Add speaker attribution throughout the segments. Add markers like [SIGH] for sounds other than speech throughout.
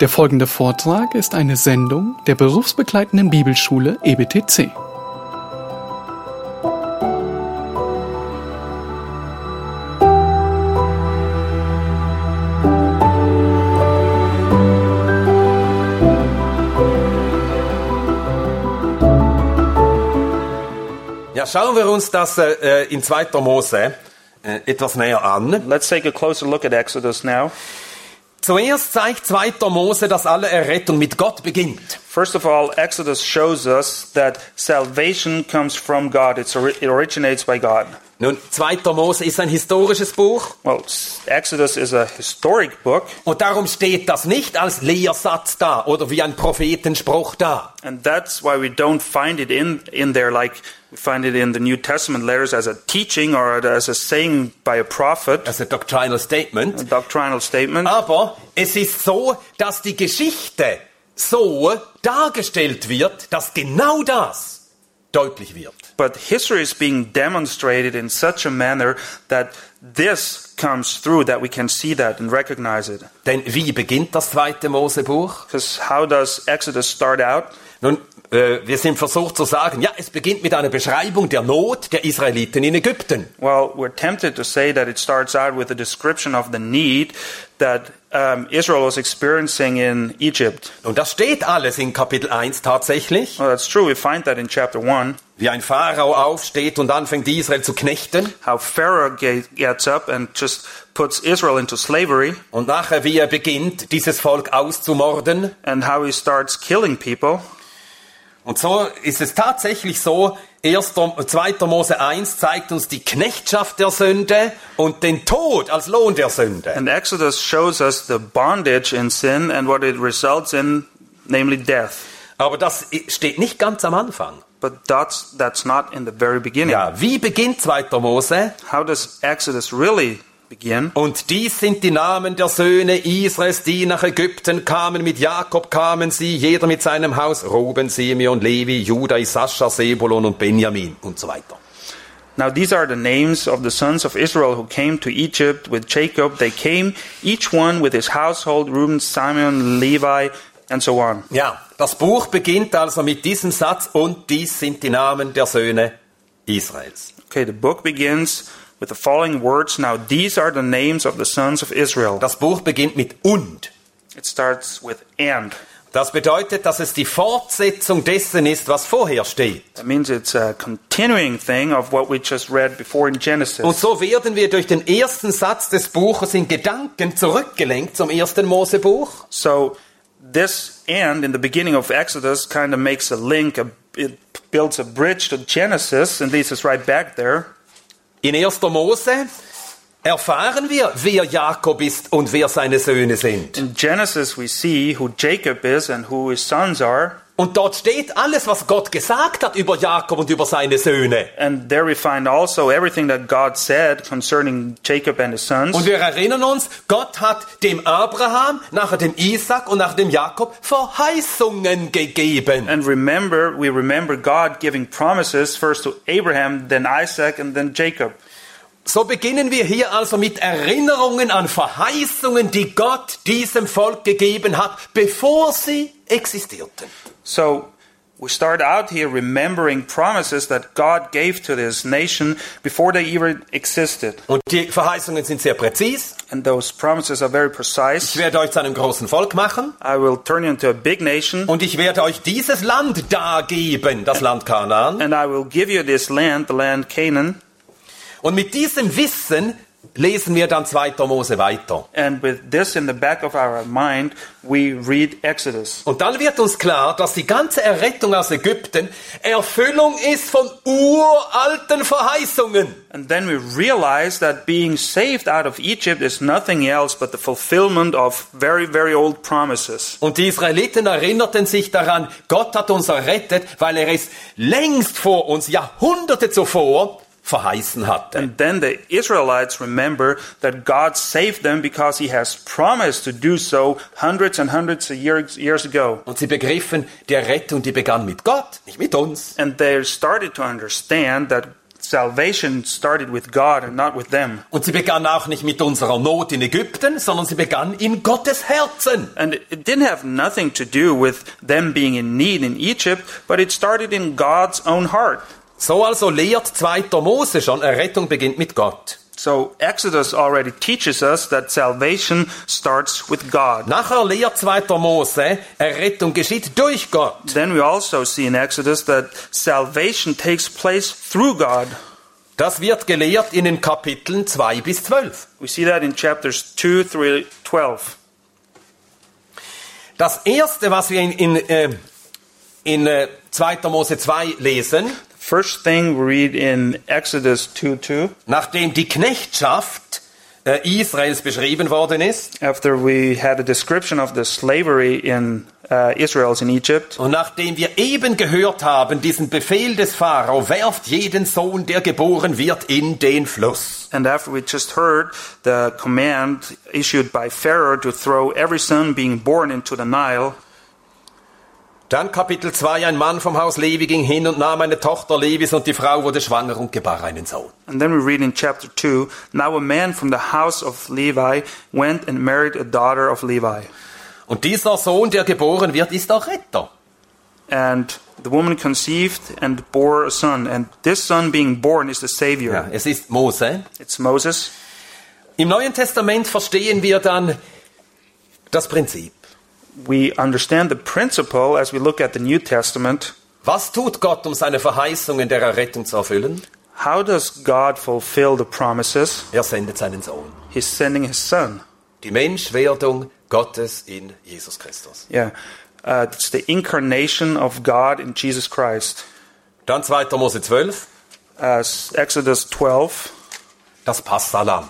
Speaker 1: Der folgende Vortrag ist eine Sendung der berufsbegleitenden Bibelschule E EBTC.
Speaker 2: Ja, schauen wir uns das äh, in 2. Mose äh, etwas näher an.
Speaker 3: Let's take a closer look at Exodus now.
Speaker 2: Zuerst zeigt 2. Mose, dass alle Errettung mit Gott beginnt.
Speaker 3: First of all, Exodus shows us that salvation comes from God. It's ori- it originates by God.
Speaker 2: Nun, 2. Mose ist ein historisches Buch
Speaker 3: Well, s- Exodus is a historic book,
Speaker 2: und darum steht das nicht als Lehrsatz da oder wie ein Prophetenspruch da.
Speaker 3: and that's why we don't find it in, in there like we find it in the New Testament letters as a teaching or as a saying by a prophet,
Speaker 2: Das ist ein doctrinal
Speaker 3: a
Speaker 2: statement.
Speaker 3: doctrinal statement.
Speaker 2: Aber es ist so, dass die Geschichte so dargestellt wird, dass genau das deutlich wird.
Speaker 3: But history is being demonstrated in such a manner that this comes through, that we can see that and recognize it.
Speaker 2: Denn wie beginnt das zweite Mosebuch?
Speaker 3: Because how does Exodus start out?
Speaker 2: Nun, äh, wir sind versucht zu sagen, ja, es beginnt mit einer Beschreibung der Not der Israeliten in Ägypten.
Speaker 3: Well, we're tempted to say that it starts out with a description of the need that um, Israel was experiencing in Egypt.
Speaker 2: Und das steht alles in Kapitel 1 tatsächlich,
Speaker 3: Well, that's true. We find that in chapter 1,
Speaker 2: wie ein Pharao aufsteht und anfängt Israel zu knechten
Speaker 3: how Pharaoh ge- gets up and just puts Israel into slavery,
Speaker 2: und nachher wie er beginnt, dieses Volk auszumorden.
Speaker 3: and how he starts killing people.
Speaker 2: Und so ist es tatsächlich so, 1. 2. Mose 1 zeigt uns die Knechtschaft der Sünde und den Tod als Lohn der Sünde.
Speaker 3: And Exodus shows us the bondage in sin and what it results in, namely death.
Speaker 2: Aber das steht nicht ganz am Anfang.
Speaker 3: But that's, that's not in the very beginning.
Speaker 2: Ja, wie beginnt 2. Mose?
Speaker 3: How does Exodus really begin?
Speaker 2: Und dies sind die Namen der Söhne Israels, die nach Ägypten kamen. Mit Jakob kamen sie, jeder mit seinem Haus. Ruben, Simeon, Levi, Juda, Sascha, Sebulon und Benjamin und so weiter.
Speaker 3: Now these are the names of the sons of Israel who came to Egypt with Jacob. They came, each one with his household, Reuben, Simeon, Levi, and so on.
Speaker 2: Ja, das Buch beginnt also mit diesem Satz und dies sind die Namen der Söhne Israels.
Speaker 3: Okay, the book begins with the following words. Now these are the names of the sons of Israel.
Speaker 2: Das Buch beginnt mit und.
Speaker 3: It starts with and.
Speaker 2: Das bedeutet, dass es die Fortsetzung dessen ist, was vorher steht.
Speaker 3: That means it's a continuing thing of what we just read before in Genesis.
Speaker 2: Und so werden wir durch den ersten Satz des Buches in Gedanken zurückgelenkt zum ersten Mosebuch.
Speaker 3: So this end in the beginning of Exodus kind of makes a link, a, it builds a bridge to Genesis, and this is right back there.
Speaker 2: In 1. Mose erfahren wir, wer Jakob ist und wer seine Söhne sind.
Speaker 3: In Genesis, we see who Jacob is and who his sons are,
Speaker 2: Und dort steht alles, was Gott gesagt hat über Jakob und über seine Söhne.
Speaker 3: and there we find also everything that God said concerning Jacob and his sons.
Speaker 2: Und wir erinnern uns, Gott hat dem Abraham, nachher dem Isaac und nach dem Jakob Verheißungen gegeben.
Speaker 3: And remember, we remember God giving promises first to Abraham, then Isaac, and then Jacob.
Speaker 2: So beginnen wir hier also mit Erinnerungen an Verheißungen, die Gott diesem Volk gegeben hat, bevor sie existierten.
Speaker 3: So we start out here remembering promises that God gave to this nation before they even existed.
Speaker 2: Und die Verheißungen sind sehr präzis.
Speaker 3: And those promises are very
Speaker 2: Ich
Speaker 3: precise.
Speaker 2: werde euch zu einem großen Volk machen.
Speaker 3: I will turn you into a big nation,
Speaker 2: Und ich werde euch dieses Land dargeben, das Land Kanaan.
Speaker 3: and I will give you this land, the land Canaan.
Speaker 2: Und mit diesem Wissen lesen wir dann 2. Mose weiter.
Speaker 3: And with this in the back of our mind, we read Exodus.
Speaker 2: Und dann wird uns klar, dass die ganze Errettung aus Ägypten Erfüllung ist von uralten Verheißungen.
Speaker 3: And then we realize that being saved out of Egypt is nothing else but the fulfillment of very, very old promises.
Speaker 2: Und die Israeliten erinnerten sich daran, Gott hat uns errettet, weil er es längst vor uns, Jahrhunderte zuvor, verheißen hatte.
Speaker 3: And then the Israelites remember that God saved them because He has promised to do so hundreds and hundreds of years, years ago.
Speaker 2: Und sie begriffen, die Errettung, die begann mit Gott, nicht mit uns.
Speaker 3: And they started to understand that salvation started with God and not with them.
Speaker 2: Und sie begann auch nicht mit unserer Not in Ägypten, sondern sie begann in Gottes Herzen.
Speaker 3: And it didn't have nothing to do with them being in need in Egypt, but it started in God's own heart.
Speaker 2: So also lehrt 2. Mose schon, Errettung beginnt mit Gott.
Speaker 3: So Exodus already teaches us that salvation starts with God.
Speaker 2: Nachher lehrt 2. Mose, Errettung geschieht durch Gott.
Speaker 3: Then we also see in Exodus that salvation takes place through God.
Speaker 2: Das wird gelehrt in den Kapiteln 2 bis 12.
Speaker 3: We see that in chapters 2 through 12.
Speaker 2: Das erste, was wir in, in, äh, in äh, 2. Mose 2 lesen,
Speaker 3: First thing we read in Exodus 2 2,
Speaker 2: nachdem die Knechtschaft äh, Israels beschrieben worden ist
Speaker 3: after we had a description of the slavery in uh, Israel's in Egypt,
Speaker 2: und nachdem wir eben gehört haben, diesen Befehl des Pharao, werft jeden Sohn, der geboren wird, in den Fluss.
Speaker 3: and after we just heard the command issued by Pharaoh to throw every son being born into the Nile,
Speaker 2: Dann Kapitel 2, ein Mann vom Haus Levi ging hin und nahm eine Tochter Levis und die Frau wurde schwanger und gebar einen Sohn.
Speaker 3: And then we read in chapter 2 Now a man from the house of Levi went and married a daughter of Levi.
Speaker 2: Und dieser Sohn, der geboren wird, ist der Retter.
Speaker 3: And the woman conceived and bore a son. And this son being born is the Savior.
Speaker 2: Ja, es ist Mose.
Speaker 3: It's Moses.
Speaker 2: Im Neuen Testament verstehen wir dann das Prinzip.
Speaker 3: We understand the principle as we look at the New Testament.
Speaker 2: Was tut Gott, um seine Verheißungen der Errettung zu erfüllen?
Speaker 3: How does God fulfill the promises?
Speaker 2: Er sendet seinen Sohn.
Speaker 3: He's sending his son.
Speaker 2: Die Menschwerdung Gottes in Jesus Christus.
Speaker 3: Yeah. Uh, it's the incarnation of God in Jesus Christ.
Speaker 2: Dann 2. Mose 12,
Speaker 3: Uh, Exodus 12,
Speaker 2: das Passalam.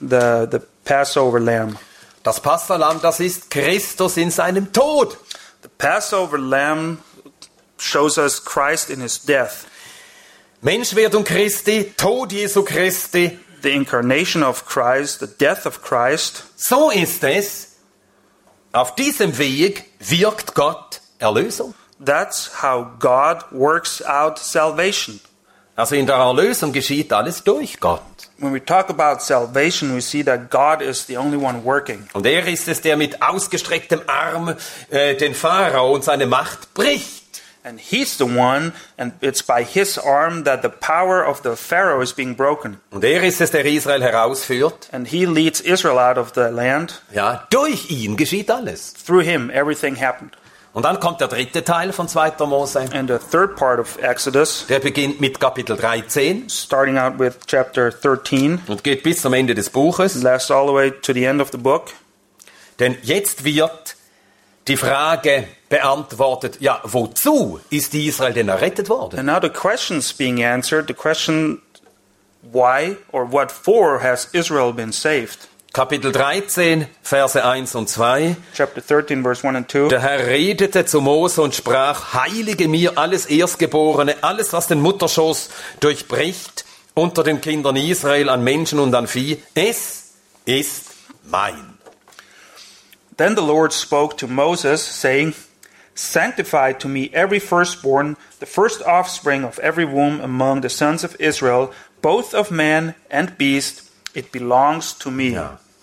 Speaker 3: the, the Passover lamb.
Speaker 2: Das Passalam, das ist Christus in seinem Tod.
Speaker 3: The Passover lamb shows us Christ in his death,
Speaker 2: Menschwerdung Christi, Tod Jesu Christi.
Speaker 3: the incarnation of Christ, the death of Christ.
Speaker 2: So ist es. Auf diesem Weg wirkt Gott Erlösung.
Speaker 3: That's how God works out salvation.
Speaker 2: Also in der Erlösung geschieht alles durch Gott.
Speaker 3: When we talk about salvation, we see that God is the only one working.
Speaker 2: Und er ist es, der mit ausgestrecktem Arm äh, den Pharao und seine Macht bricht.
Speaker 3: And he's the one, and it's by his arm that the power of the Pharaoh is being broken.
Speaker 2: Und er ist es, der Israel herausführt.
Speaker 3: And he leads Israel out of the land.
Speaker 2: Ja, durch ihn geschieht alles.
Speaker 3: Through him, everything happened.
Speaker 2: Und dann kommt der dritte Teil von 2. Mose.
Speaker 3: And the third part of Exodus,
Speaker 2: Der beginnt mit Kapitel 13
Speaker 3: starting out with chapter 13,
Speaker 2: und geht bis zum Ende des Buches.
Speaker 3: lasts all the way to the end of the book.
Speaker 2: Denn jetzt wird die Frage beantwortet, ja, wozu ist Israel denn errettet worden?
Speaker 3: And now the question's being answered. The question, why or what for has Israel been saved?
Speaker 2: Kapitel 13, Verse 1 und 2.
Speaker 3: Chapter 13, verse 1 and 2.
Speaker 2: Der Herr redete zu Mose und sprach, heilige mir alles Erstgeborene, alles, was den Mutterschoß durchbricht, unter den Kindern Israel, an Menschen und an Vieh. Es ist mein.
Speaker 3: Then the Lord spoke to Moses, saying, Sanctify to me every firstborn, the first offspring of every womb among the sons of Israel, both of man and beast. It belongs to me.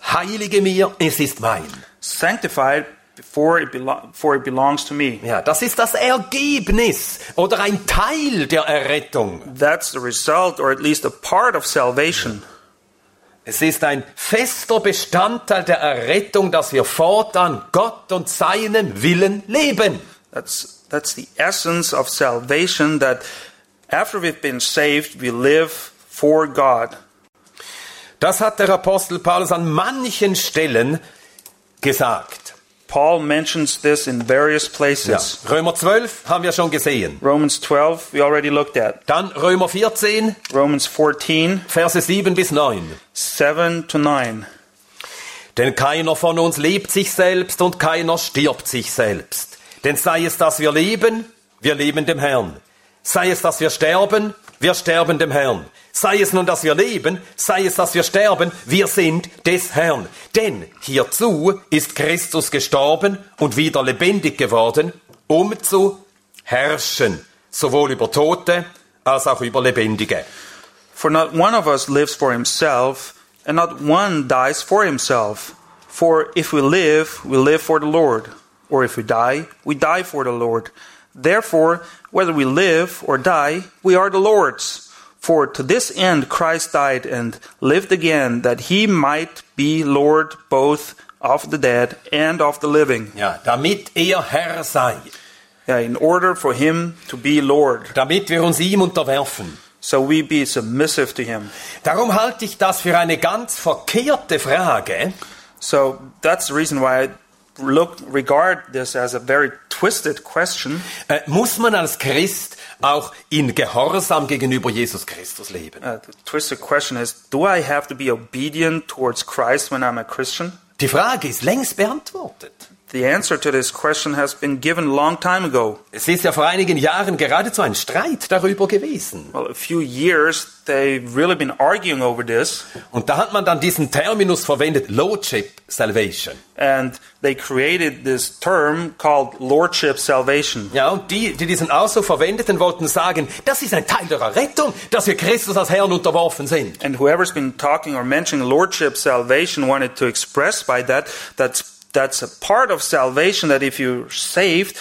Speaker 2: Heilige mir, es ist mein.
Speaker 3: Sanctify it before it, belo- for it belongs to me.
Speaker 2: Ja, das ist das Ergebnis oder ein Teil der Errettung.
Speaker 3: That's the result, or at least a part of salvation.
Speaker 2: Es ist ein fester Bestandteil der Errettung, dass wir fortan Gott und seinem Willen leben.
Speaker 3: That's that's the essence of salvation that after we've been saved, we live for God.
Speaker 2: Das hat der Apostel Paulus an manchen Stellen gesagt.
Speaker 3: Paul mentions this in various
Speaker 2: Ja.
Speaker 3: places.
Speaker 2: Römer 12 haben wir schon gesehen.
Speaker 3: Romans 12, we already looked at.
Speaker 2: Dann Römer 14,
Speaker 3: Romans 14,
Speaker 2: Verse 7 bis 9.
Speaker 3: 7 to 9.
Speaker 2: Denn keiner von uns lebt sich selbst und keiner stirbt sich selbst. Denn sei es, dass wir leben, wir leben dem Herrn. Sei es, dass wir sterben, wir sterben dem Herrn. Sei es nun, dass wir leben, sei es, dass wir sterben, wir sind des Herrn. Denn hierzu ist Christus gestorben und wieder lebendig geworden, um zu herrschen, sowohl über Tote als auch über Lebendige.
Speaker 3: For not one of us lives for himself, and not one dies for himself. For if we live, we live for the Lord, or if we die, we die for the Lord. Therefore, whether we live or die, we are the Lord's. For to this end Christ died and lived again, that he might be Lord both of the dead and of the living.
Speaker 2: Ja, damit er Herr sei.
Speaker 3: Yeah, in order for him to be Lord,
Speaker 2: Damit wir uns ihm unterwerfen.
Speaker 3: so we be submissive to him.
Speaker 2: Darum halte ich das für eine ganz verkehrte Frage,
Speaker 3: So that's the reason why I look regard this as a very twisted question.
Speaker 2: Äh, muss man als Christ auch in Gehorsam gegenüber Jesus Christus leben?
Speaker 3: Uh, the twisted question is: Do I have to be obedient towards Christ when I'm a Christian?
Speaker 2: Die Frage ist längst beantwortet.
Speaker 3: The answer to this question has been given a long time ago.
Speaker 2: Es ist ja vor einigen Jahren geradezu ein Streit darüber gewesen.
Speaker 3: Well, a few years they've really been arguing over this,
Speaker 2: Und da hat man dann diesen Terminus verwendet, Lordship Salvation.
Speaker 3: and they created this term called lordship salvation.
Speaker 2: Ja, und die, die diesen Ausdruck verwendeten, wollten sagen, das ist ein Teil der Rettung, dass wir Christus als Herrn unterworfen sind.
Speaker 3: And whoever's been talking or mentioning lordship salvation wanted to express by that that's that's a part of salvation that if you're saved,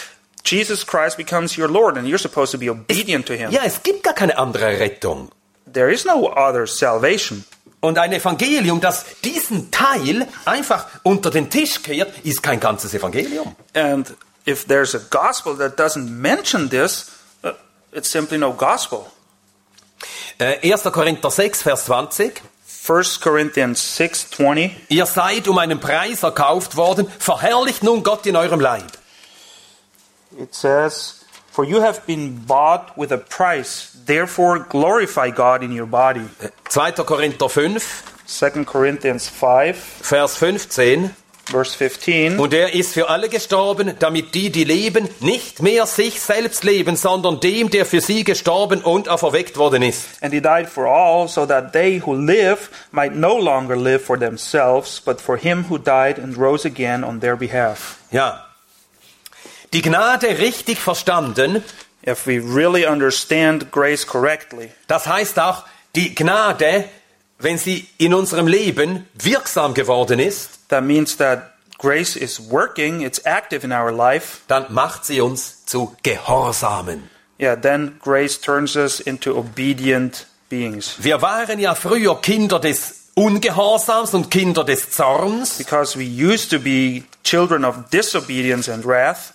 Speaker 3: Jesus Christ becomes your Lord and you're supposed to be obedient to him.
Speaker 2: Ja, es gibt gar keine andere Rettung.
Speaker 3: There is no other salvation.
Speaker 2: Und ein Evangelium, das diesen Teil einfach unter den Tisch kehrt, ist kein ganzes Evangelium.
Speaker 3: And if there's a gospel that doesn't mention this, uh, it's simply no gospel.
Speaker 2: Äh, 1. Korinther 6, Vers 20.
Speaker 3: 1 Corinthians 6:20
Speaker 2: Ihr seid um einen Preis erkauft worden, verherrlicht nun Gott in eurem Leib.
Speaker 3: it says, "For you have been bought with a price; therefore glorify God in your body."
Speaker 2: 2. Äh, Korinther 5,
Speaker 3: 2 Corinthians 5
Speaker 2: Vers 15.
Speaker 3: verse 15
Speaker 2: Und er ist für alle gestorben, damit die, die leben, nicht mehr sich selbst leben, sondern dem, der für sie gestorben und auferweckt worden ist.
Speaker 3: and he died for all so that they who live might no longer live for themselves but for him who died and rose again on their behalf
Speaker 2: Ja. Die Gnade richtig verstanden,
Speaker 3: if we really understand grace correctly
Speaker 2: das heißt auch, die Gnade, wenn sie in unserem Leben wirksam geworden ist,
Speaker 3: that means that grace is working it's active in our life
Speaker 2: dann macht sie uns zu Gehorsamen.
Speaker 3: yeah then grace turns us into obedient beings
Speaker 2: Wir waren ja früher Kinder des Ungehorsams und Kinder des Zorns,
Speaker 3: because we used to be children of disobedience and wrath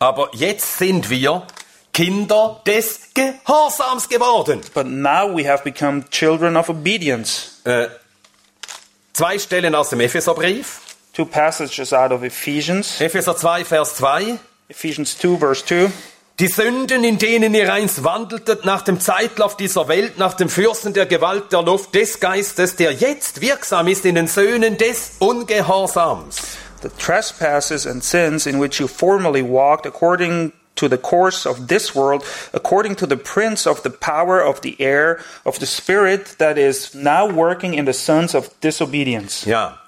Speaker 2: aber jetzt sind wir Kinder des Gehorsams geworden.
Speaker 3: but now we have become children of obedience
Speaker 2: Äh, Zwei Stellen aus dem Epheserbrief.
Speaker 3: two passages out of ephesians
Speaker 2: Epheser 2, Vers 2.
Speaker 3: Ephesians 2, verse 2.
Speaker 2: Die Sünden, in denen ihr einst wandeltet, nach dem Zeitlauf dieser Welt, nach dem Fürsten der Gewalt der Luft, des Geistes, der jetzt wirksam ist in den Söhnen des Ungehorsams.
Speaker 3: The trespasses and sins in which you formerly walked according to the course of this world, according to the prince of the power of the air, of the spirit that is now working in the sons of disobedience.
Speaker 2: Ja.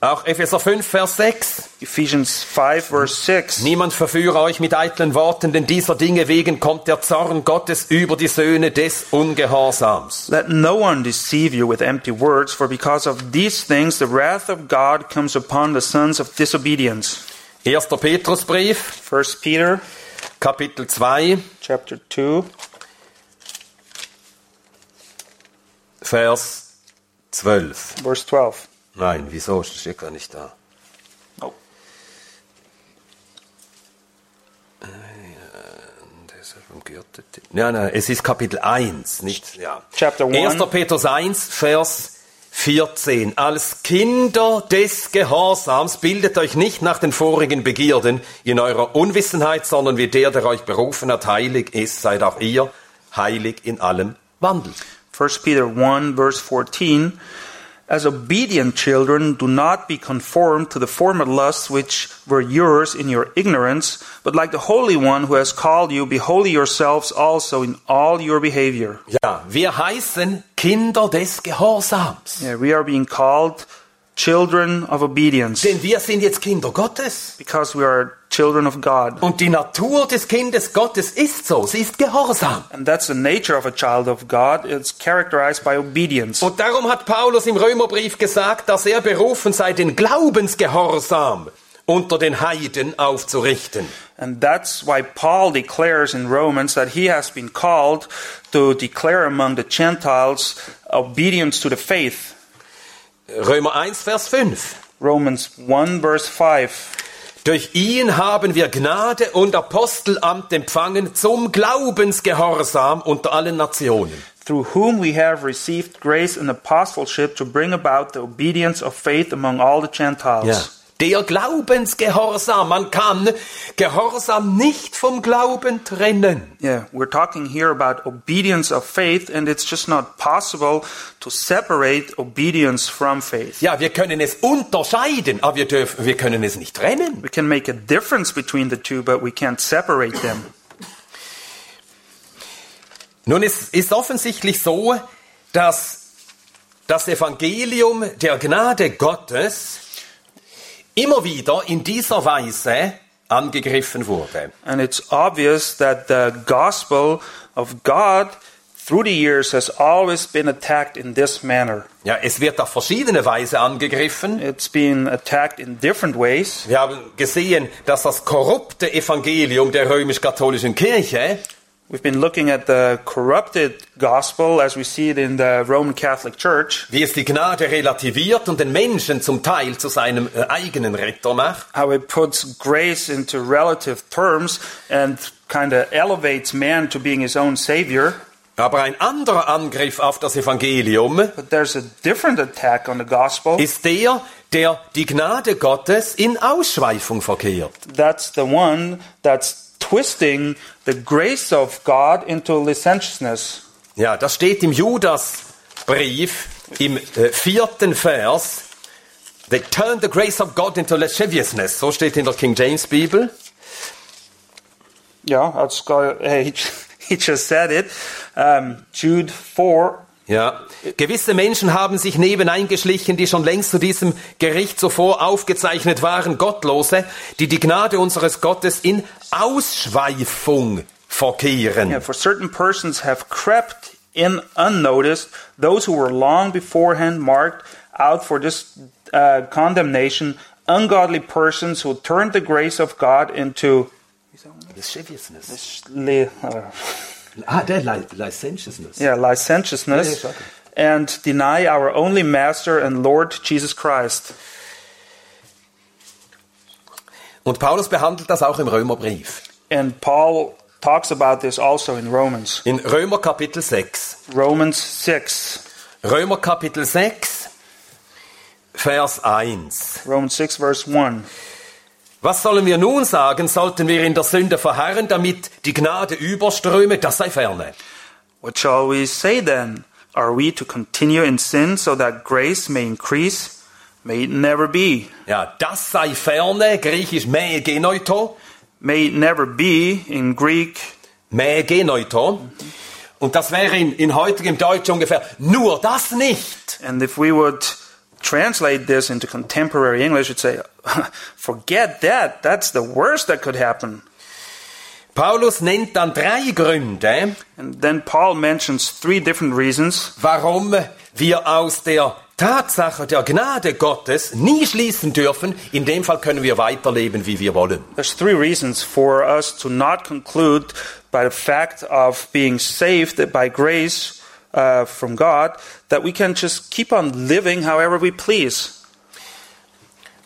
Speaker 2: Auch Epheser 5, Vers 6.
Speaker 3: Ephesians 5, verse 6.
Speaker 2: Niemand verführe euch mit eitlen Worten, denn dieser Dinge wegen kommt der Zorn Gottes über die Söhne des Ungehorsams.
Speaker 3: Let no one deceive you with empty words, for because of these things the wrath of God comes upon the sons of disobedience.
Speaker 2: 1. Petrusbrief,
Speaker 3: 1 Peter
Speaker 2: Kapitel 2,
Speaker 3: chapter 2,
Speaker 2: Vers 12.
Speaker 3: verse 12.
Speaker 2: Nein, wieso? Steht gar nicht da.
Speaker 3: Oh.
Speaker 2: Nein, nein, es ist Kapitel 1, nicht? Ja.
Speaker 3: Chapter
Speaker 2: 1.
Speaker 3: 1.
Speaker 2: Petrus 1, Vers 14. Als Kinder des Gehorsams bildet euch nicht nach den vorigen Begierden in eurer Unwissenheit, sondern wie der, der euch berufen hat, heilig ist, seid auch ihr heilig in allem wandelt.
Speaker 3: 1 Peter 1, verse 14 As obedient children, do not be conformed to the former lusts which were yours in your ignorance, but like the Holy One who has called you, be holy yourselves also in all your behavior.
Speaker 2: Ja, wir heißen Kinder des Gehorsams.
Speaker 3: Yeah, we are being called children of obedience
Speaker 2: Denn wir sind jetzt Kinder Gottes.
Speaker 3: because we are children of God.
Speaker 2: Und die Natur des Kindes Gottes ist so. Sie ist gehorsam.
Speaker 3: And that's the nature of a child of God. It's characterized by obedience.
Speaker 2: Und darum hat Paulus im Römerbrief gesagt, dass er berufen sei, den Glaubensgehorsam unter den Heiden aufzurichten.
Speaker 3: And that's why Paul declares in Romans that he has been called to declare among the Gentiles obedience to the faith.
Speaker 2: Römer 1, Vers 5.
Speaker 3: Romans 1 verse 5.
Speaker 2: Durch ihn haben wir Gnade und Apostelamt empfangen zum Glaubensgehorsam unter allen Nationen.
Speaker 3: Through whom we have received grace and apostleship to bring about the obedience of faith among all the Gentiles.
Speaker 2: Der Glaubensgehorsam. Man kann Gehorsam nicht vom Glauben trennen.
Speaker 3: Yeah, we're talking here about obedience of faith, and it's just not possible to separate obedience from faith.
Speaker 2: Ja, wir können es unterscheiden, aber wir dürfen, wir können es nicht trennen.
Speaker 3: We can make a difference between the two, but we can't separate them.
Speaker 2: Nun, es ist offensichtlich so, dass das Evangelium der Gnade Gottes immer wieder in dieser Weise angegriffen wurde.
Speaker 3: And it's obvious that the gospel of God through the years has always been attacked in this manner.
Speaker 2: Ja, es wird auf verschiedene Weise angegriffen.
Speaker 3: It's been attacked in different ways.
Speaker 2: Wir haben gesehen, dass das korrupte Evangelium der römisch-katholischen Kirche
Speaker 3: We've been looking at the corrupted gospel as we see it in the Roman Catholic Church,
Speaker 2: wie es die Gnade relativiert und den Menschen zum Teil zu seinem äh, eigenen Retter macht.
Speaker 3: how it puts grace into relative terms and kind of elevates man to being his own savior.
Speaker 2: Aber ein anderer Angriff auf das Evangelium
Speaker 3: But there's a different attack on the gospel.
Speaker 2: ist der, der die Gnade Gottes in Ausschweifung verkehrt.
Speaker 3: That's the one that's twisting the grace of God into licentiousness.
Speaker 2: Ja, das steht im Judasbrief im äh, vierten Vers. They turn the grace of God into lasciviousness. So steht in der King James Bibel.
Speaker 3: Yeah, that's go. Hey, he- [LAUGHS] he just said it. Um, Jude four.
Speaker 2: Ja, gewisse Menschen haben sich nebeneingeschlichen, die schon längst zu diesem Gericht zuvor aufgezeichnet waren, Gottlose, die die Gnade unseres Gottes in Ausschweifung verkehren.
Speaker 3: Yeah, for certain persons have crept in unnoticed. Those who were long beforehand marked out for this uh, condemnation. Ungodly persons who turned the grace of God into.
Speaker 2: Lasciviousness.
Speaker 3: li- uh, [LAUGHS]
Speaker 2: Ah, der licentiousness.
Speaker 3: yeah, licentiousness.
Speaker 2: Yeah, exactly.
Speaker 3: And deny our only Master and Lord Jesus Christ.
Speaker 2: Und Paulus behandelt das auch im Römerbrief.
Speaker 3: And Paul talks about this also in Romans.
Speaker 2: In Römer Kapitel 6.
Speaker 3: Romans 6.
Speaker 2: Römer Kapitel 6, Vers 1.
Speaker 3: Romans 6, verse 1.
Speaker 2: Was sollen wir nun sagen? Sollten wir in der Sünde verharren, damit die Gnade überströme? Das sei ferne.
Speaker 3: What shall we say then? Are we to continue in sin so that grace may increase? May it never be.
Speaker 2: Ja, das sei ferne, griechisch megenoito,
Speaker 3: May it never be in Greek.
Speaker 2: megenoito. Und das wäre in, in heutigem Deutsch ungefähr nur das nicht.
Speaker 3: And if we would translate this into contemporary English, it'd say, [LAUGHS] forget that. That's the worst that could happen.
Speaker 2: Paulus nennt dann drei Gründe,
Speaker 3: And then Paul mentions three different reasons
Speaker 2: warum wir aus der Tatsache der Gnade Gottes nie schließen dürfen. In dem Fall können wir weiterleben, wie wir wollen.
Speaker 3: There's three reasons for us to not conclude by the fact of being saved by grace uh, from God that we can just keep on living however we please.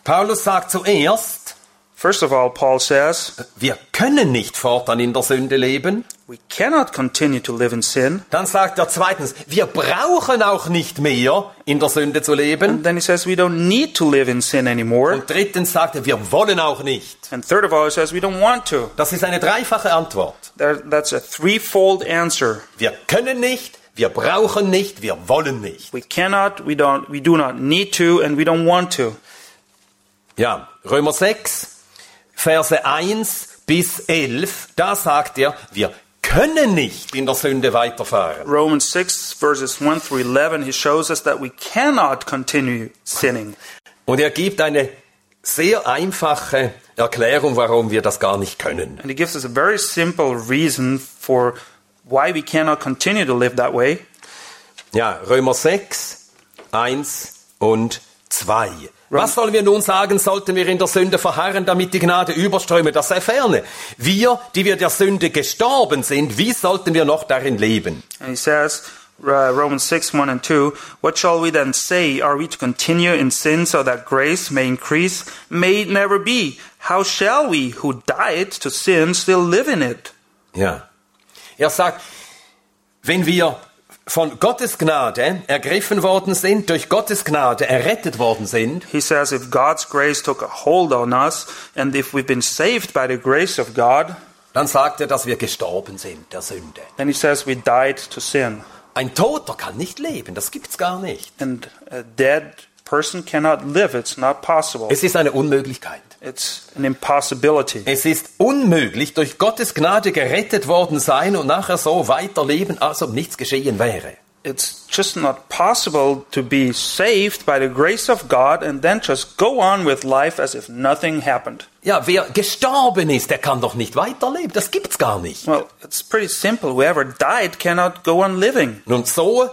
Speaker 2: Paulus sagt zuerst,
Speaker 3: First of all, Paul says
Speaker 2: wir können nicht fortan in der Sünde leben.
Speaker 3: we cannot continue to live in sin.
Speaker 2: Dann sagt er zweitens, wir brauchen auch nicht mehr in der Sünde zu leben.
Speaker 3: And then he says we don't need to live in sin anymore.
Speaker 2: Und drittens sagt er, wir wollen auch nicht.
Speaker 3: And third of all, he says we don't want to.
Speaker 2: Das ist eine dreifache Antwort.
Speaker 3: There, that's a threefold answer.
Speaker 2: Wir können nicht, wir brauchen nicht, wir wollen nicht.
Speaker 3: We cannot, we don't, we do not need to, and we don't want to.
Speaker 2: Ja, Römer 6, Verse 1 bis 11, da sagt er, wir können nicht in der Sünde weiterfahren.
Speaker 3: Romans 6, verses 1 through 11, he shows us that we cannot continue sinning.
Speaker 2: Und er gibt eine sehr einfache Erklärung, warum wir das gar nicht können.
Speaker 3: And he gives us a very simple reason for why we cannot continue to live that way.
Speaker 2: Ja, Römer 6, 1 und 2. Was sollen wir nun sagen, sollten wir in der Sünde verharren, damit die Gnade überströme? Das erferne. Wir, die wir der Sünde gestorben sind, wie sollten wir noch darin leben?
Speaker 3: And he says, uh, Romans 6, 1 and 2, What shall we then say? Are we to continue in sin so that grace may increase? May it never be. How shall we who died to sin still live in it?
Speaker 2: Ja. Er sagt, wenn wir von Gottes Gnade ergriffen worden sind, durch Gottes Gnade errettet worden sind,
Speaker 3: He says, If God's grace took a hold on us, and if we've been saved by the grace of God,
Speaker 2: dann sagt er, dass wir gestorben sind der Sünde.
Speaker 3: then he says we died to sin.
Speaker 2: Ein Toter kann nicht leben, das gibt's gar nicht.
Speaker 3: And a dead person cannot live. It's not possible.
Speaker 2: Es ist eine Unmöglichkeit.
Speaker 3: It's an impossibility.
Speaker 2: Es ist unmöglich, durch Gottes Gnade gerettet worden sein und nachher so weiterleben, als ob nichts geschehen wäre.
Speaker 3: It's just not possible to be saved by the grace of God and then just go on with life as if nothing happened.
Speaker 2: Ja, wer gestorben ist, der kann doch nicht weiterleben. Das gibt's gar nicht.
Speaker 3: Well, it's pretty simple. Whoever died cannot go on living.
Speaker 2: Und so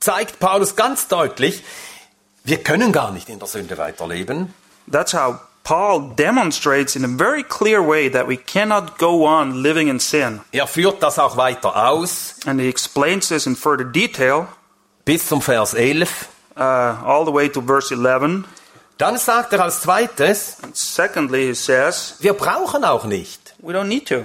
Speaker 2: zeigt Paulus ganz deutlich, wir können gar nicht in der Sünde weiterleben.
Speaker 3: That's how Paul demonstrates in a very clear way that we cannot go on living in sin.
Speaker 2: Er führt das auch weiter aus
Speaker 3: And he explains this in further detail
Speaker 2: bis zum Vers 11.
Speaker 3: uh, all the way to verse 11.
Speaker 2: Dann sagt er als zweites,
Speaker 3: And secondly, he says,
Speaker 2: wir brauchen auch nicht.
Speaker 3: we don't need to.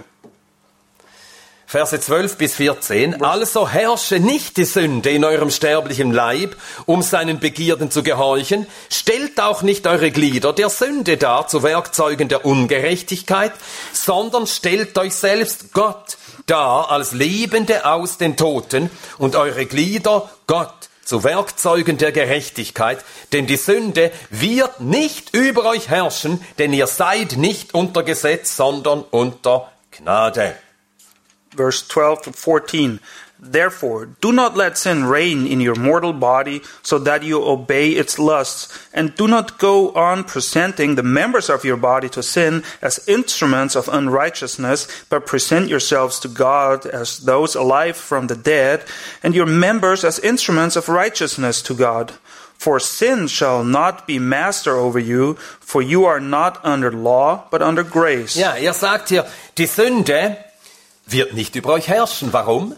Speaker 2: Verse 12 bis 14. Also herrsche nicht die Sünde in eurem sterblichen Leib, um seinen Begierden zu gehorchen. Stellt auch nicht eure Glieder der Sünde dar zu Werkzeugen der Ungerechtigkeit, sondern stellt euch selbst Gott dar als Lebende aus den Toten und eure Glieder Gott zu Werkzeugen der Gerechtigkeit, denn die Sünde wird nicht über euch herrschen, denn ihr seid nicht unter Gesetz, sondern unter Gnade.
Speaker 3: Verse 12 to 14. Therefore, do not let sin reign in your mortal body, so that you obey its lusts, and do not go on presenting the members of your body to sin as instruments of unrighteousness, but present yourselves to God as those alive from the dead, and your members as instruments of righteousness to God. For sin shall not be master over you, for you are not under law, but under grace.
Speaker 2: Ja, er sagt hier, die Sünde wird nicht über euch herrschen. Warum?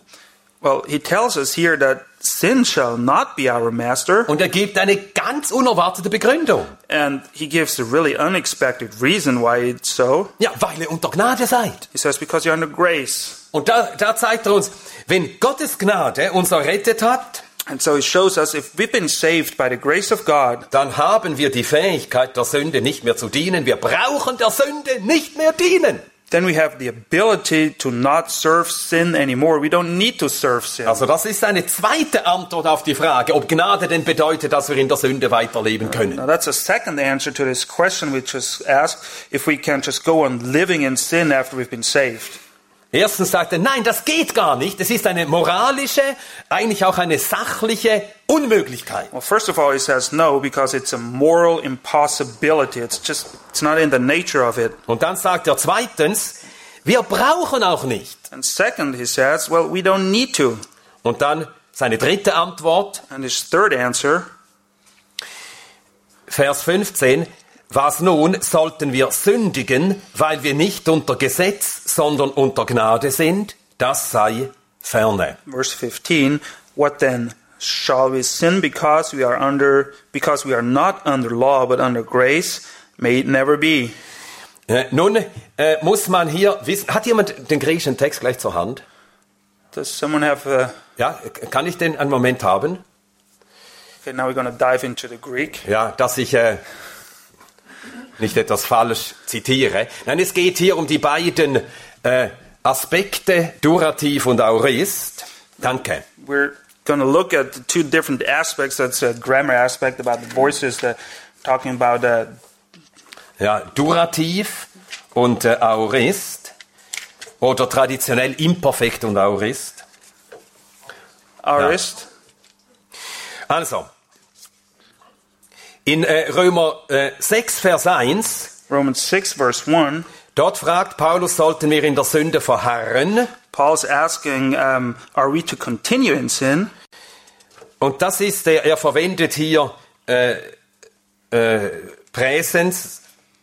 Speaker 3: Well, he tells us here that sin shall not be our master,
Speaker 2: Und er gibt eine ganz unerwartete Begründung.
Speaker 3: and he gives a really unexpected reason why it's so.
Speaker 2: Ja, weil ihr unter Gnade seid.
Speaker 3: He says, because you're under grace.
Speaker 2: Und da, da zeigt er uns, wenn Gottes Gnade uns errettet hat,
Speaker 3: And so he shows us if we've been saved by the grace of God,
Speaker 2: dann haben wir die Fähigkeit der Sünde nicht mehr zu dienen. Wir brauchen der Sünde nicht mehr dienen.
Speaker 3: then we have the ability to not serve sin anymore. We don't need to serve sin.
Speaker 2: Also das ist eine zweite Antwort auf die Frage, ob Gnade denn bedeutet, dass wir in der Sünde weiterleben können.
Speaker 3: Now, that's a second answer to this question we just asked if we can just go on living in sin after we've been saved.
Speaker 2: Erstens sagt er, nein, das geht gar nicht. Es ist eine moralische, eigentlich auch eine sachliche Unmöglichkeit.
Speaker 3: Well, first of all, he says no because it's a moral impossibility. It's just, it's not in the nature of it.
Speaker 2: Und dann sagt er zweitens, wir brauchen auch nicht.
Speaker 3: And second, he says, well, we don't need to.
Speaker 2: Und dann seine dritte Antwort,
Speaker 3: And his third answer,
Speaker 2: Vers 15. Was nun sollten wir sündigen, weil wir nicht unter Gesetz, sondern unter Gnade sind? Das sei ferne.
Speaker 3: verse 15, what then? Shall we sin because we are under, because we are not under law, but under grace? May it never be.
Speaker 2: Äh, nun äh, muss man hier wissen, hat jemand den griechischen Text gleich zur Hand?
Speaker 3: Does someone have a,
Speaker 2: Ja, kann ich den einen Moment haben?
Speaker 3: okay, now we're going to dive into the Greek.
Speaker 2: Ja, dass ich äh, nicht etwas falsch zitiere. Nein, es geht hier um die beiden äh, Aspekte, Durativ und Aorist. Danke.
Speaker 3: We're going to look at the two different aspects. That's a grammar aspect about the voices, the, talking about uh,
Speaker 2: Ja, Durativ und äh, Aorist oder traditionell Imperfekt und Aorist.
Speaker 3: aorist.
Speaker 2: Also, In äh, Römer äh, 6, Vers 1,
Speaker 3: Romans 6, verse 1,
Speaker 2: dort fragt Paulus, sollten wir in der Sünde verharren?
Speaker 3: Paul's asking, um, Are we to continue in sin?
Speaker 2: Und das ist, der, er verwendet hier äh, äh, Präsens,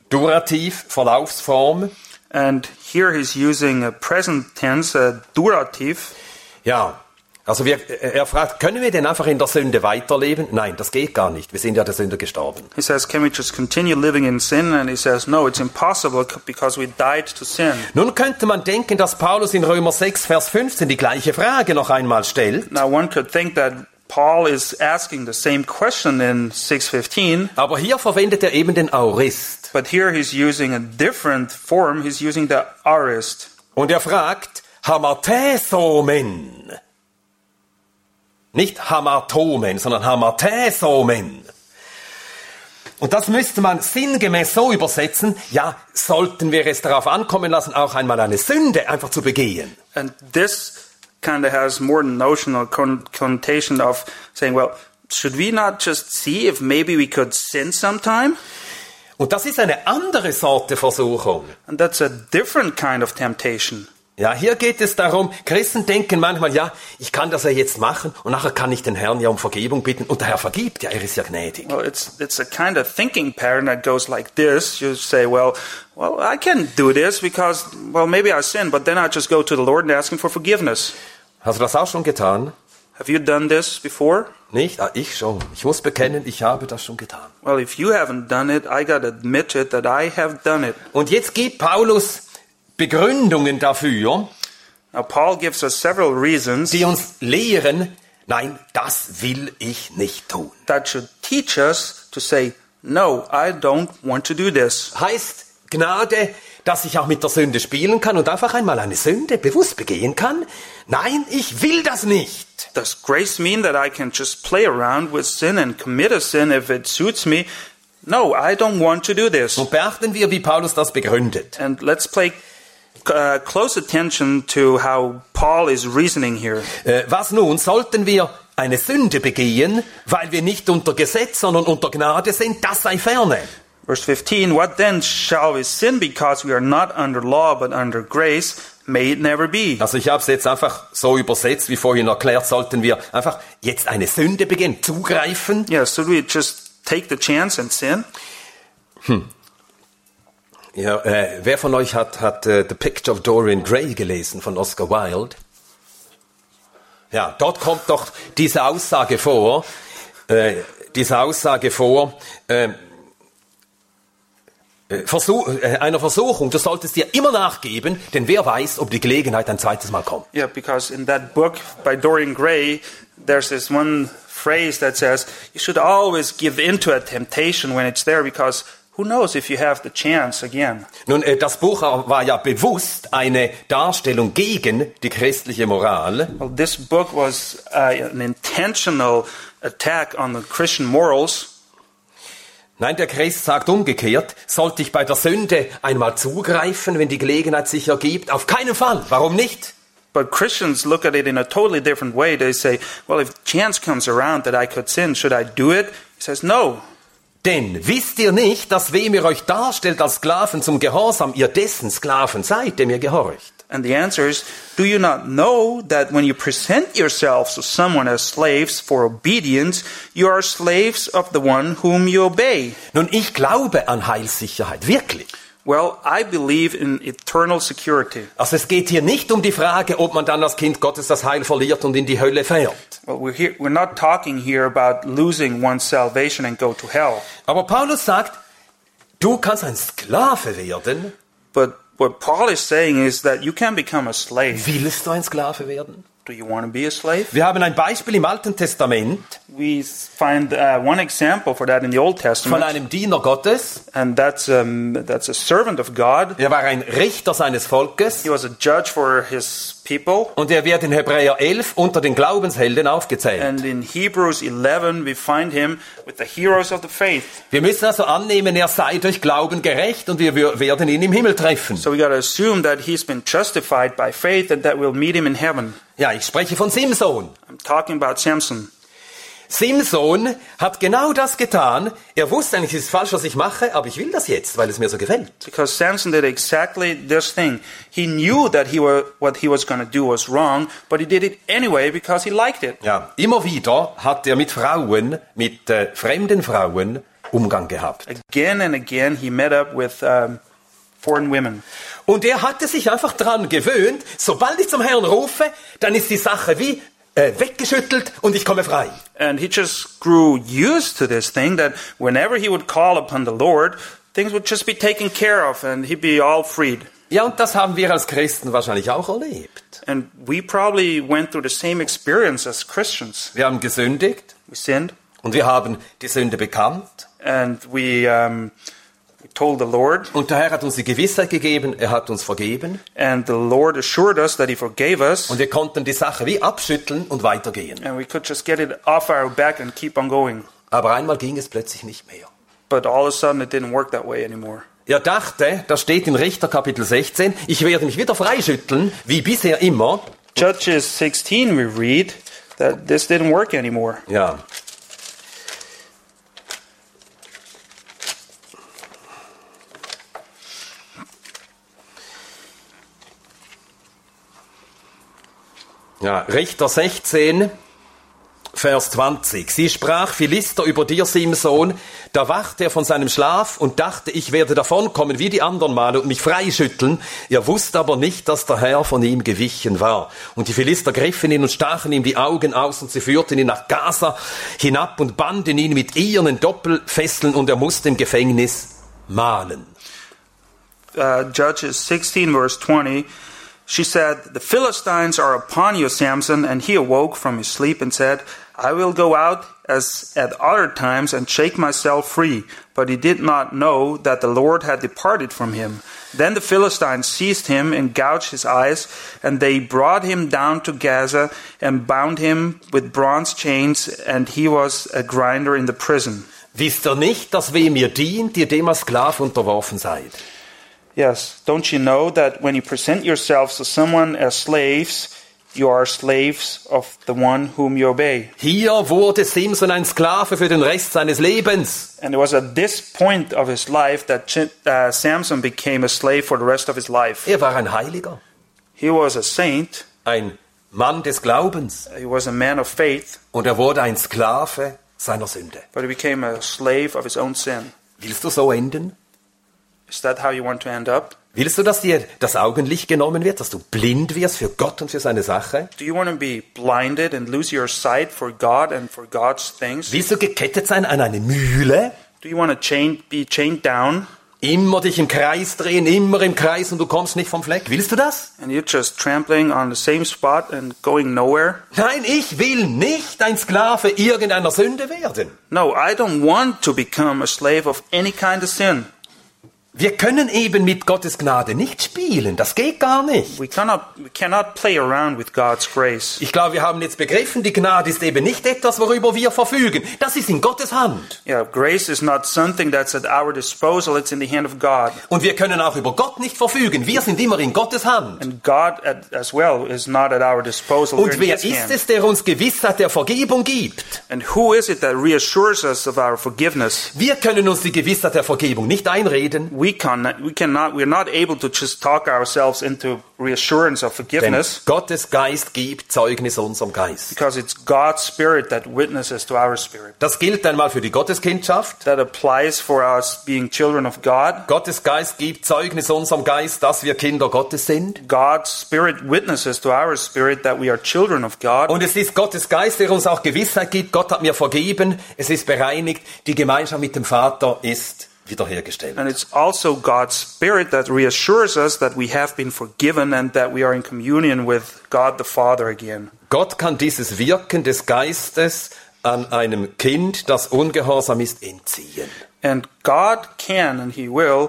Speaker 2: Durativ, Verlaufsform.
Speaker 3: And here he's using a present tense, a durativ.
Speaker 2: Ja, also wir, er fragt, können wir denn einfach in der Sünde weiterleben? Nein, das geht gar nicht. Wir sind ja der Sünde gestorben.
Speaker 3: He says, Can we just continue living in sin? And he says, No, it's impossible c- because we died to sin.
Speaker 2: Nun könnte man denken, dass Paulus in Römer 6, Vers 15 die gleiche Frage noch einmal stellt.
Speaker 3: Now one could think that Paul is asking the same question in 615,
Speaker 2: Aber hier verwendet er eben den Aorist.
Speaker 3: but here he's using a different form. He's using the aorist.
Speaker 2: Und er fragt, Hamathesomen. Nicht Hamatomen, sondern Hamathesomen. Und das müsste man sinngemäß so übersetzen, ja, sollten wir es darauf ankommen lassen, auch einmal eine Sünde einfach zu begehen.
Speaker 3: And this kind of has more notional con- connotation of saying, well, should we not just see if maybe we could sin sometime?
Speaker 2: Und das ist eine andere Sorte Versuchung.
Speaker 3: And that's a different kind of temptation.
Speaker 2: Ja, hier geht es darum, Christen denken manchmal, ja, ich kann das ja jetzt machen und nachher kann ich den Herrn ja um Vergebung bitten und der Herr vergibt ja, er ist ja gnädig.
Speaker 3: Well, it's it's a kind of thinking pattern that goes like this. You say, well, well, I can do this because, well, maybe I sin, but then I just go to the Lord and ask Him for forgiveness.
Speaker 2: Hast du das auch schon getan?
Speaker 3: Have you done this before?
Speaker 2: Nicht? Ah, ich schon. Ich muss bekennen, ich habe das schon getan.
Speaker 3: Well, if you haven't done it, I gotta admit it that I have done it.
Speaker 2: Und jetzt gibt Paulus Begründungen dafür,
Speaker 3: Now, Paul gives us several reasons
Speaker 2: die uns lehren, nein, das will ich nicht tun.
Speaker 3: that should teach us to say, no, I don't want to do this.
Speaker 2: Heißt Gnade, dass ich auch mit der Sünde spielen kann und einfach einmal eine Sünde bewusst begehen kann? Nein, ich will das nicht.
Speaker 3: Does grace mean that I can just play around with sin and commit a sin if it suits me? No, I don't want to do this.
Speaker 2: Und beachten wir, wie Paulus das begründet.
Speaker 3: And let's play uh, close attention to how Paul is reasoning here.
Speaker 2: Äh, was nun, sollten wir eine Sünde begehen, weil wir nicht unter Gesetz, sondern unter Gnade sind, das sei ferne.
Speaker 3: Verse 15 What then shall we sin because we are not under law but under grace? May it never be.
Speaker 2: Also ich habe es jetzt einfach so übersetzt, wie vorhin erklärt, sollten wir einfach jetzt eine Sünde begehen, zugreifen.
Speaker 3: Yeah, should we just take the chance and sin?
Speaker 2: Ja, äh, wer von euch hat, hat äh, The Picture of Dorian Gray gelesen von Oscar Wilde? Ja, dort kommt doch diese Aussage vor, äh, diese Aussage vor, äh, äh, Versuch, äh, einer Versuchung, du solltest dir immer nachgeben, denn wer weiß, ob die Gelegenheit ein zweites Mal kommt.
Speaker 3: Yeah, because in that book by Dorian Gray, there's this one phrase that says, you should always give in to a temptation when it's there because who knows if you have the chance again.
Speaker 2: Nun, äh, das Buch war ja bewusst eine Darstellung gegen die christliche Moral.
Speaker 3: Well, this book was uh, an intentional attack on the Christian morals.
Speaker 2: Nein, der Christ sagt umgekehrt, sollte ich bei der Sünde einmal zugreifen, wenn die Gelegenheit sich ergibt? Auf keinen Fall. Warum nicht?
Speaker 3: But Christians look at it in a totally different way. They say, well, if chance comes around that I could sin, should I do it? He says, no.
Speaker 2: Denn wisst ihr nicht, dass wem ihr euch darstellt als Sklaven zum Gehorsam, ihr dessen Sklaven seid, dem ihr gehorcht?
Speaker 3: And the answer is, do you not know that when you present yourselves to someone as slaves for obedience, you are slaves of the one whom you obey?
Speaker 2: Nun, ich glaube an Heilssicherheit, wirklich.
Speaker 3: Well, I believe in eternal security.
Speaker 2: Also es geht hier nicht um die Frage, ob man dann als Kind Gottes das Heil verliert und in die Hölle fährt.
Speaker 3: Well, we're, here, we're not talking here about losing one's salvation and go to hell.
Speaker 2: Aber Paulus sagt, du kannst ein Sklave werden.
Speaker 3: But what Paul is saying is that you can become a slave.
Speaker 2: Willst du ein Sklave werden?
Speaker 3: Do you want to be a slave?
Speaker 2: Wir haben ein Beispiel im Alten Testament.
Speaker 3: We find uh, one example for that in the Old
Speaker 2: von
Speaker 3: Testament,
Speaker 2: einem Diener Gottes.
Speaker 3: and that's um, that's a servant of God.
Speaker 2: Er war ein Richter seines Volkes
Speaker 3: He was a judge for his people,
Speaker 2: und er wird in Hebräer 11 unter den Glaubenshelden aufgezählt.
Speaker 3: and in Hebrews 11 we find him with the heroes of the faith.
Speaker 2: Wir müssen also annehmen, er sei durch Glauben gerecht und wir wir werden ihn im Himmel treffen.
Speaker 3: So we got to assume that he's been justified by faith, and that we'll meet him in heaven.
Speaker 2: Ja, ich spreche von Simson.
Speaker 3: I'm talking about Samson.
Speaker 2: Simson hat genau das getan. Er wusste eigentlich, es ist falsch, was ich mache, aber ich will das jetzt, weil es mir so gefällt.
Speaker 3: Because Samson did exactly this thing. He knew that he were, what he was going to do was wrong, but he did it anyway because he liked it.
Speaker 2: Ja, immer wieder hat er mit Frauen, mit äh, fremden Frauen Umgang gehabt.
Speaker 3: Again and again, he met up with um, foreign women.
Speaker 2: Und er hatte sich einfach dran gewöhnt, sobald ich zum Herrn rufe, dann ist die Sache wie äh, weggeschüttelt und ich komme frei.
Speaker 3: And he just grew used to this thing that whenever he would call upon the Lord, things would just be taken care of and he'd be all freed.
Speaker 2: Ja, und das haben wir als Christen wahrscheinlich auch erlebt.
Speaker 3: And we probably went through the same experience as Christians.
Speaker 2: Wir haben gesündigt
Speaker 3: We sinned
Speaker 2: und wir haben die Sünde bekannt.
Speaker 3: and we, um, we told the Lord,
Speaker 2: Und der Herr hat uns die Gewissheit gegeben, er hat uns vergeben
Speaker 3: and the Lord assured us that he forgave us,
Speaker 2: und wir konnten die Sache wie abschütteln und weitergehen.
Speaker 3: and we could just get it off our back and keep on going.
Speaker 2: Aber einmal ging es plötzlich nicht mehr.
Speaker 3: But all of a sudden, it didn't work that way anymore.
Speaker 2: Er dachte, das steht in Richter Kapitel 16, ich werde mich wieder freischütteln, wie bisher immer.
Speaker 3: Judges 16, we read that this didn't work anymore.
Speaker 2: Ja. Ja, Richter 16, Vers 20. Sie sprach Philister über dir, Simson. Da wachte er von seinem Schlaf und dachte, ich werde davonkommen wie die anderen Male und mich freischütteln. Er wusste aber nicht, dass der Herr von ihm gewichen war. Und die Philister griffen ihn und stachen ihm die Augen aus und sie führten ihn nach Gaza hinab und banden ihn mit ihren Doppelfesseln und er musste im Gefängnis mahlen.
Speaker 3: uh, Judges 16, verse 20, she said, The Philistines are upon you, Samson. And he awoke from his sleep and said, I will go out as at other times and shake myself free. But he did not know that the Lord had departed from him. Then the Philistines seized him and gouged his eyes, and they brought him down to Gaza and bound him with bronze chains, and he was a grinder in the prison.
Speaker 2: Wisst ihr nicht, dass wem ihr dient, ihr dem als Sklav unterworfen seid?
Speaker 3: Yes, don't you know that when you present yourselves to someone as slaves, you are slaves of the one whom you obey?
Speaker 2: Hier wurde Simson ein Sklave für den Rest seines Lebens.
Speaker 3: And it was at this point of his life that Ch- uh, Samson became a slave for the rest of his life.
Speaker 2: Er war ein Heiliger,
Speaker 3: He was a saint,
Speaker 2: ein Mann des Glaubens
Speaker 3: he was a man of faith,
Speaker 2: und er wurde ein Sklave seiner Sünde.
Speaker 3: but he became a slave of his own sin.
Speaker 2: Willst du so enden?
Speaker 3: Is that how you want to end up?
Speaker 2: Willst du, dass dir das Augenlicht genommen wird, dass du blind wirst für Gott und für seine Sache?
Speaker 3: Do you want to be blinded and lose your sight for God and for God's things?
Speaker 2: Willst du gekettet sein an eine Mühle?
Speaker 3: Do you want to chain, be chained down
Speaker 2: Immer dich im Kreis drehen, immer im Kreis und du kommst nicht vom Fleck? Willst du das?
Speaker 3: and you're just trampling on the same spot and going nowhere?
Speaker 2: Nein, ich will nicht ein Sklave irgendeiner Sünde werden.
Speaker 3: No, I don't want to become a slave of any kind of sin.
Speaker 2: Wir können eben mit Gottes Gnade nicht spielen. Das geht gar nicht.
Speaker 3: We cannot, we cannot play around with God's grace.
Speaker 2: Ich glaube, wir haben jetzt begriffen, die Gnade ist eben nicht etwas, worüber wir verfügen. Das ist in Gottes Hand.
Speaker 3: Yeah, grace is not something that's at our disposal, it's in the hand of God.
Speaker 2: Und wir können auch über Gott nicht verfügen. Wir sind immer in Gottes Hand.
Speaker 3: And God at, as well is not at our disposal. We're
Speaker 2: Und
Speaker 3: in
Speaker 2: wer
Speaker 3: His
Speaker 2: ist
Speaker 3: hand.
Speaker 2: es, der uns Gewissheit der Vergebung gibt?
Speaker 3: And who is it that reassures us of our forgiveness?
Speaker 2: Wir können uns die Gewissheit der Vergebung nicht einreden,
Speaker 3: We cannot, we cannot, we're not able to just talk ourselves into reassurance of
Speaker 2: denn
Speaker 3: forgiveness
Speaker 2: Gottes Geist gibt Zeugnis unserem Geist.
Speaker 3: because it's God's Spirit that witnesses to our spirit.
Speaker 2: Das gilt einmal für die Gotteskindschaft.
Speaker 3: That applies for us being children of God.
Speaker 2: Gottes Geist gibt Zeugnis unserem Geist, dass wir Kinder Gottes sind.
Speaker 3: God's spirit witnesses to our spirit that we are children of God.
Speaker 2: Und es ist Gottes Geist, der uns auch Gewissheit gibt. Gott hat mir vergeben. Es ist bereinigt. Die Gemeinschaft mit dem Vater ist wiederhergestellt.
Speaker 3: And it's also God's spirit that reassures us that we have been forgiven and that we are in communion with God the Father again.
Speaker 2: Gott kann dieses Wirken des Geistes an einem Kind, das ungehorsam ist, entziehen.
Speaker 3: And God can and He will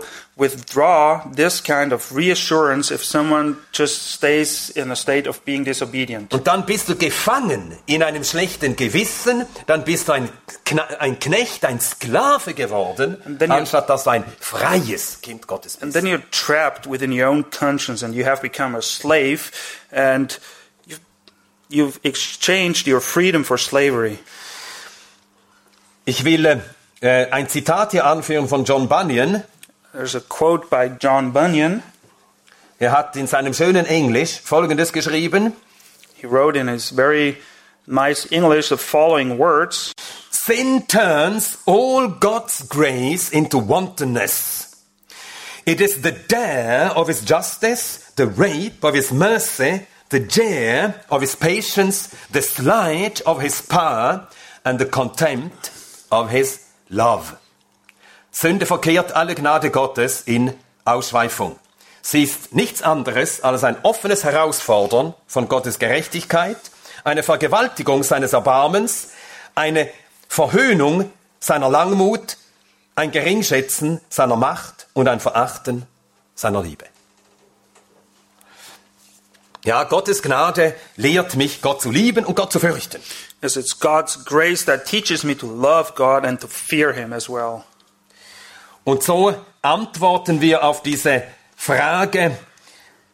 Speaker 3: withdraw this kind of reassurance if someone just stays in a state of being disobedient.
Speaker 2: Und dann bist du gefangen in einem schlechten Gewissen, dann bist du ein, Kna- ein Knecht, ein Sklave geworden,
Speaker 3: then you-
Speaker 2: anstatt dass du ein freies Kind Gottes bist.
Speaker 3: And then you're trapped within your own conscience and you have become a slave and you've, you've exchanged your freedom for slavery.
Speaker 2: Ich will äh, ein Zitat hier anführen von John Bunyan.
Speaker 3: There's a quote by John Bunyan.
Speaker 2: Er hat in seinem schönen Englisch Folgendes geschrieben.
Speaker 3: He wrote in his very nice English the following words
Speaker 2: Sin turns all God's grace into wantonness. It is the dare of His justice, the rape of His mercy, the jeer of His patience, the slight of His power, and the contempt of His love. Sünde verkehrt alle Gnade Gottes in Ausschweifung. Sie ist nichts anderes als ein offenes Herausfordern von Gottes Gerechtigkeit, eine Vergewaltigung seines Erbarmens, eine Verhöhnung seiner Langmut, ein Geringschätzen seiner Macht und ein Verachten seiner Liebe. Ja, Gottes Gnade lehrt mich, Gott zu lieben und Gott zu fürchten.
Speaker 3: as it's God's grace that teaches me to love God and to fear Him as well.
Speaker 2: Und so antworten wir auf diese Frage,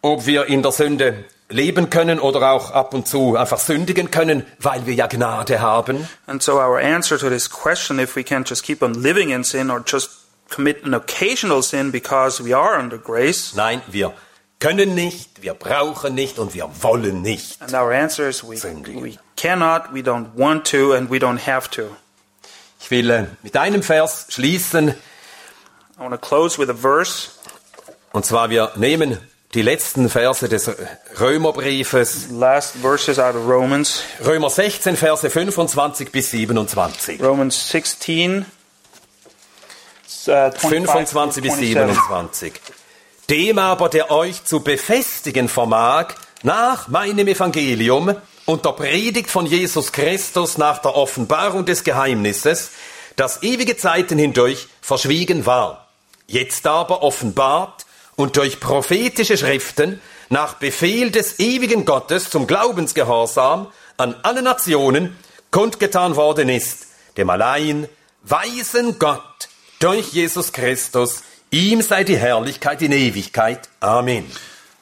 Speaker 2: ob wir in der Sünde leben können oder auch ab und zu einfach sündigen können, weil wir ja Gnade haben.
Speaker 3: And so, our answer to this question if we can just keep on living in sin or just commit an occasional sin because we are under grace,
Speaker 2: Nein, wir können nicht, wir brauchen nicht und wir wollen nicht.
Speaker 3: and our answer is we,
Speaker 2: Sündigen.
Speaker 3: we cannot, we don't want to, and we don't have to.
Speaker 2: Ich will äh, mit einem Vers schließen.
Speaker 3: I want to close with a verse,
Speaker 2: Und zwar, wir nehmen die letzten Verse des Römerbriefes.
Speaker 3: last verses out of Romans,
Speaker 2: Römer 16, Verse 25 bis 27.
Speaker 3: Romans 16. Uh,
Speaker 2: 25 bis 27. Dem aber, der euch zu befestigen vermag, nach meinem Evangelium und der Predigt von Jesus Christus nach der Offenbarung des Geheimnisses, das ewige Zeiten hindurch verschwiegen war, jetzt aber offenbart und durch prophetische Schriften nach Befehl des ewigen Gottes zum Glaubensgehorsam an alle Nationen kundgetan worden ist, dem allein weisen Gott durch Jesus Christus, ihm sei die Herrlichkeit in Ewigkeit. Amen.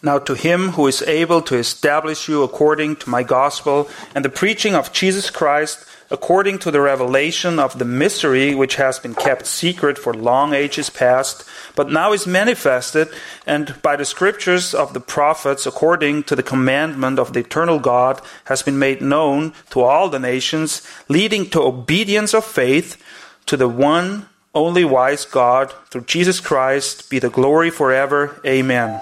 Speaker 3: Now to him who is able to establish you according to my gospel and the preaching of Jesus Christ according to the revelation of the mystery which has been kept secret for long ages past but now is manifested and by the scriptures of the prophets according to the commandment of the eternal God has been made known to all the nations leading to obedience of faith to the one only wise God through Jesus Christ be the glory forever amen